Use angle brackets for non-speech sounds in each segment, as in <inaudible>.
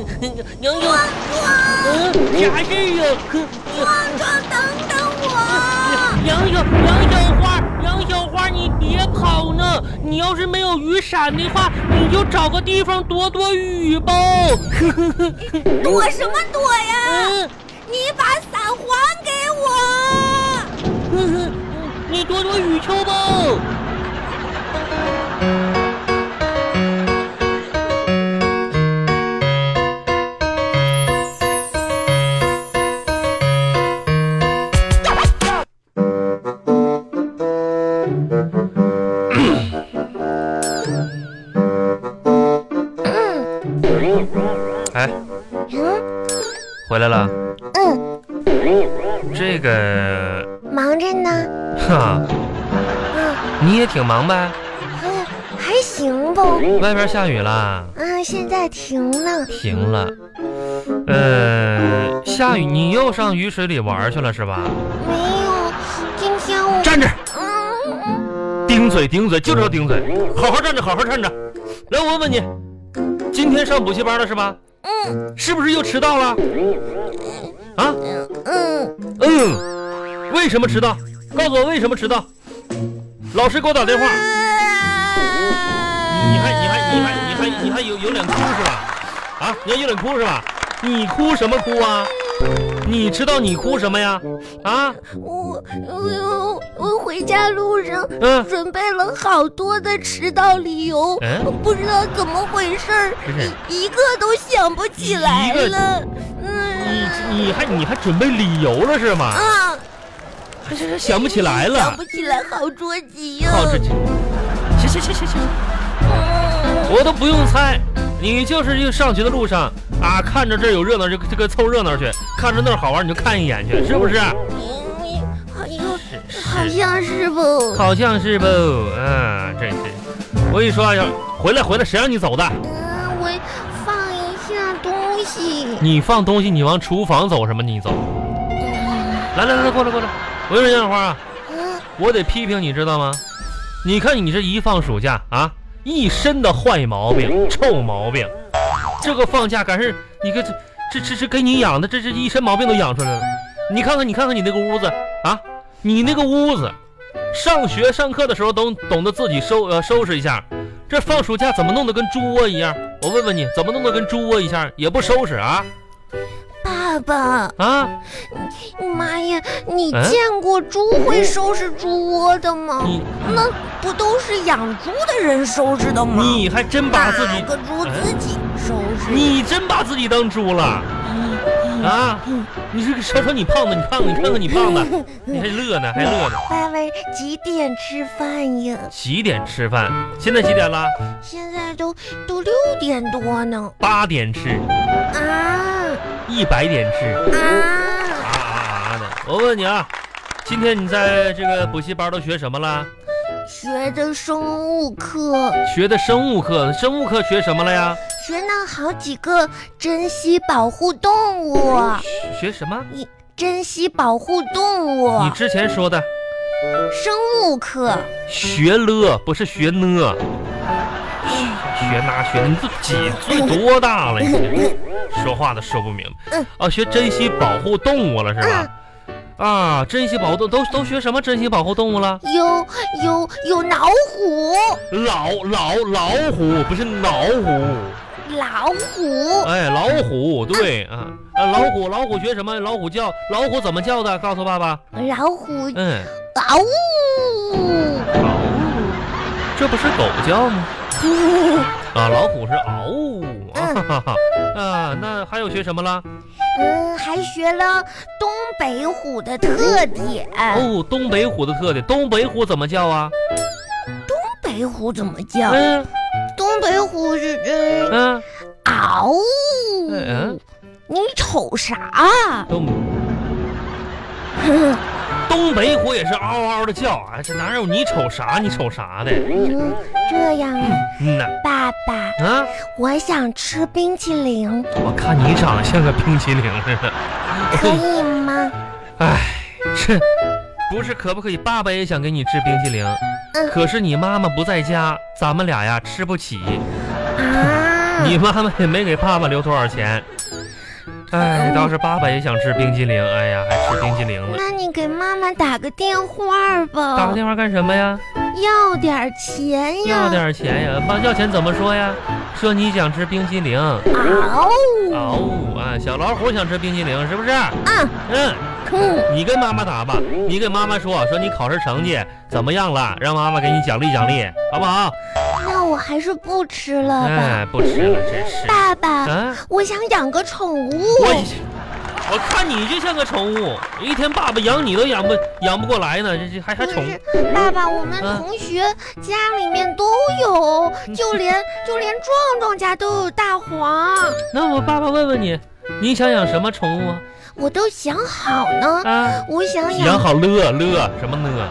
娘娘，嗯，啥事儿啊？哼壮壮，等等我！杨小杨小花，杨小花，你别跑呢！你要是没有雨伞的话，你就找个地方躲躲雨吧。躲什么躲呀？嗯，你把伞还给我！哼哼你躲躲雨去吧。哎，嗯回来了。嗯，这个，忙着呢。哈，嗯你也挺忙呗？嗯，还行吧。外边下雨啦，啊，现在停了。停了。呃，下雨你又上雨水里玩去了是吧？没有，今天我……站着，嗯嗯，顶嘴顶嘴，就知道顶嘴，好好站着，好好站着。来，我问问你，今天上补习班了是吧？嗯是不是又迟到了？啊，嗯嗯，嗯，为什么迟到？告诉我为什么迟到？老师给我打电话。啊你还你还你还你还你还有有脸哭是吧？啊，你还有脸哭是吧？你哭什么哭啊？你知道你哭什么呀？啊，我我我回家路上 <laughs> 嗯准备了好多的迟到理由，嗯，不知道怎么回事儿不是，一一个都想不起来了。嗯你你还你还准备理由了是吗？啊，还是是想不起来了想不。起来，好着急呀、好，这行行行行行，嗯我都不用猜，你就是去上学的路上啊，看着这儿有热闹就就跟凑热闹去，看着那儿好玩你就看一眼去，是不是？嗯好像是好像是吧？好像是不，嗯，这这，我跟你说啊，要回来回来，谁让你走的？嗯，我放一下东西。你放东西，你往厨房走什么？你走，嗯来来来，过来过来，我跟你说杨小花啊，嗯我得批评你知道吗？你看你这一放暑假啊，一身的坏毛病、臭毛病，这个放假赶上你个这这这这给你养的，这这一身毛病都养出来了。你看看你看看你那个屋子啊，你那个屋子，上学上课的时候都懂得自己收呃收拾一下，这放暑假怎么弄得跟猪窝一样？我问问你，怎么弄得跟猪窝一样也不收拾啊爸爸，啊？妈呀，你嗯见过猪会收拾猪窝的吗？你那不都是养猪的人收拾的吗？嗯你还真把自己哪，个猪自己收拾？嗯你真把自己当猪了啊！你这个瞅瞅你胖子，你胖子，你看看你胖子，你还乐呢，还乐呢。爸爸嗯哎几点吃饭呀？几点吃饭？现在几点了？现在都都六点多呢。八点吃，啊一百点吃，啊！啊啊啊的。我问你啊，今天你在这个补习班都学什么了？学的生物课，学的生物课，生物课学什么了呀？学了好几个珍惜保护动物，学什么？一珍惜保护动物，你之前说的生物课。学了，不是学呢。学学哪学？你都几岁多大了？你哎这说话都说不明白嗯。啊，学珍惜保护动物了是吧？啊，珍惜保护动都都学什么珍惜保护动物了？ <laughs> 有有有老虎，老老老虎不是老虎，老虎。哎，老虎对嗯啊啊，老虎老虎学什么？老虎叫老虎怎么叫的？告诉爸爸。老虎嗯，嗷呜！嗷，这不是狗叫吗？啊，老虎是嗷呜啊嗯哈哈！ <laughs> 啊，那还有学什么了？嗯，还学了东北虎的特点。东哦，东北虎的特点，东北虎怎么叫啊？北虎怎么叫？嗯东北虎是呃这嗯嗷呜！嗯，你瞅啥？东嗯东北虎也是嗷嗷的叫啊！这哪有你瞅啥你瞅啥的？嗯这样啊，嗯呐爸爸，啊，我想吃冰淇淋，我看你长得像个冰淇淋似的。可以吗？哎，这不是可不可以？爸爸也想给你吃冰淇淋，嗯可是你妈妈不在家，咱们俩呀吃不起。啊，你妈妈也没给爸爸留多少钱，哎，当时爸爸也想吃冰激凌，哎呀，还吃冰激凌了。那你给妈妈打个电话打个吧，电话干什么呀？要点儿钱呀！要点钱呀？妈，要钱怎么说呀？说你想吃冰激凌，嗷、哦啊，小老虎想吃冰激凌，是不是？嗯嗯，嗯，你跟妈妈打吧，你给妈妈说说你考试成绩怎么样了，让妈妈给你奖励奖励，好不好？那我还是不吃了吧。哎，不吃了，真是。爸爸，啊，我想养个宠物。我以我看你就像个宠物，一天爸爸养你都养不养不过来呢，这这还还不宠是，爸爸，我们嗯同学家里面都有，就连就连壮壮家都有大黄，那我爸爸问问你，你想养什么宠物啊？我都想好呢。啊，我想养养，好乐乐什么呢？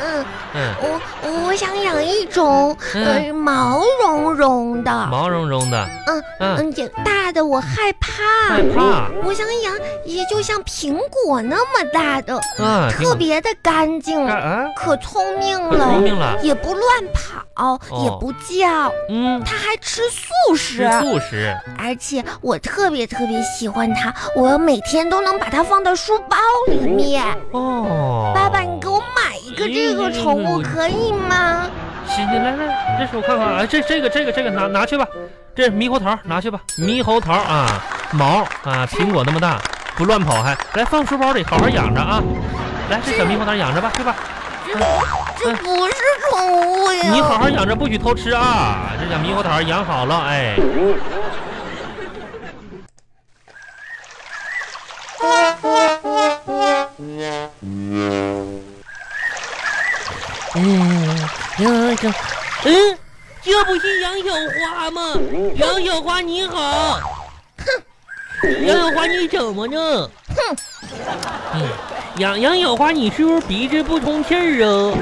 嗯，嗯，我我我想养一种呃毛茸茸的，毛茸茸的，嗯嗯，嗯，也大的我害怕害。怕我想养也就像苹果那么大的，啊，挺特别的干净，干啊，可聪明可聪了，明了，哦也不乱跑，也不叫，嗯，它还吃素食吃，素食，而且我特别特别喜欢它，我每天都能把它放到书包里面。哦，爸爸，你给我买一个这个宠物嗯可以吗？行，行来来，这是我看看啊，这这个这个这个拿拿去吧，这是猕猴桃，拿去吧，猕猴桃啊，毛啊，苹果那么大，不乱跑还，来放书包里，好好养着啊，来这小猕猴桃养着吧，去吧，这不是宠物呀！哎你好好养着，不许偷吃啊，这小猕猴桃养好了，哎，嗯，这不是杨小花吗？杨小花你好，哼，杨小花你怎么呢？哼，杨杨小花你是不是鼻子不通气儿啊？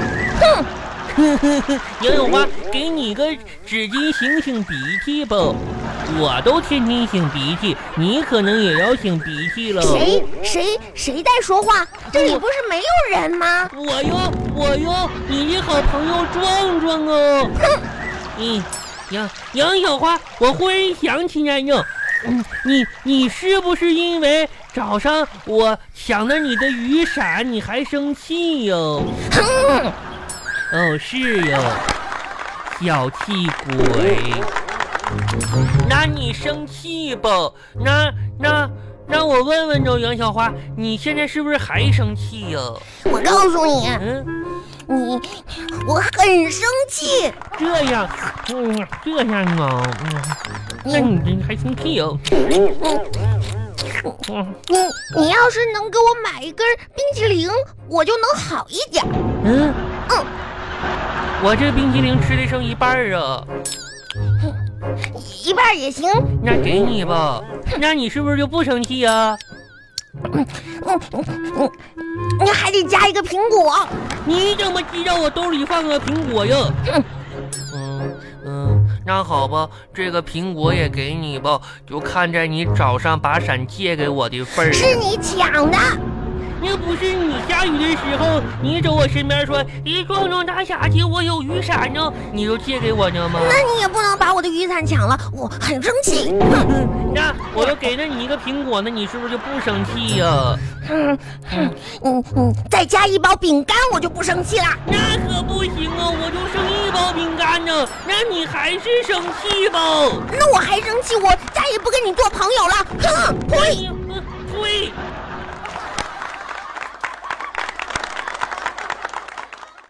哼，杨小花给你个纸巾醒醒鼻涕吧，我都天天擤鼻涕，你可能也要擤鼻涕了。呃谁谁谁在说话？这里不是没有人吗？我哟，我哟，你的好朋友壮壮哦。嗯，杨杨小花，我忽然想起来呢，嗯，你你是不是因为早上我抢了你的雨伞，你还生气哟？哦，是哟，小气鬼。那你生气吧？那那那我问问着杨小花，你现在是不是还生气呀、我告诉你，嗯。你我很生气。这样，嗯，这样啊，嗯，那你这还生气哦？嗯你你要是能给我买一根冰淇淋，我就能好一点。嗯，我这冰淇淋吃的剩一半儿啊，一半也行。那给你吧，那你是不是就不生气啊？嗯嗯嗯，你还得加一个苹果。你怎么知道我兜里放个苹果呀？嗯嗯，那好吧，这个苹果也给你吧，就看在你早上把伞借给我的份儿上。是你抢的，那不是你下雨的时候，你走我身边说：“咦，壮壮大傻姐，我有雨伞呢，你就借给我呢吗那你也不能把我的雨伞抢了，我很生气。哼？”那我又给了你一个苹果，那你是不是就不生气呀、嗯嗯嗯嗯，再加一包饼干，我就不生气啦。那可不行啊，我就剩一包饼干呢，那你还是生气吧？那我还生气，我再也不跟你做朋友了。哼，呸！你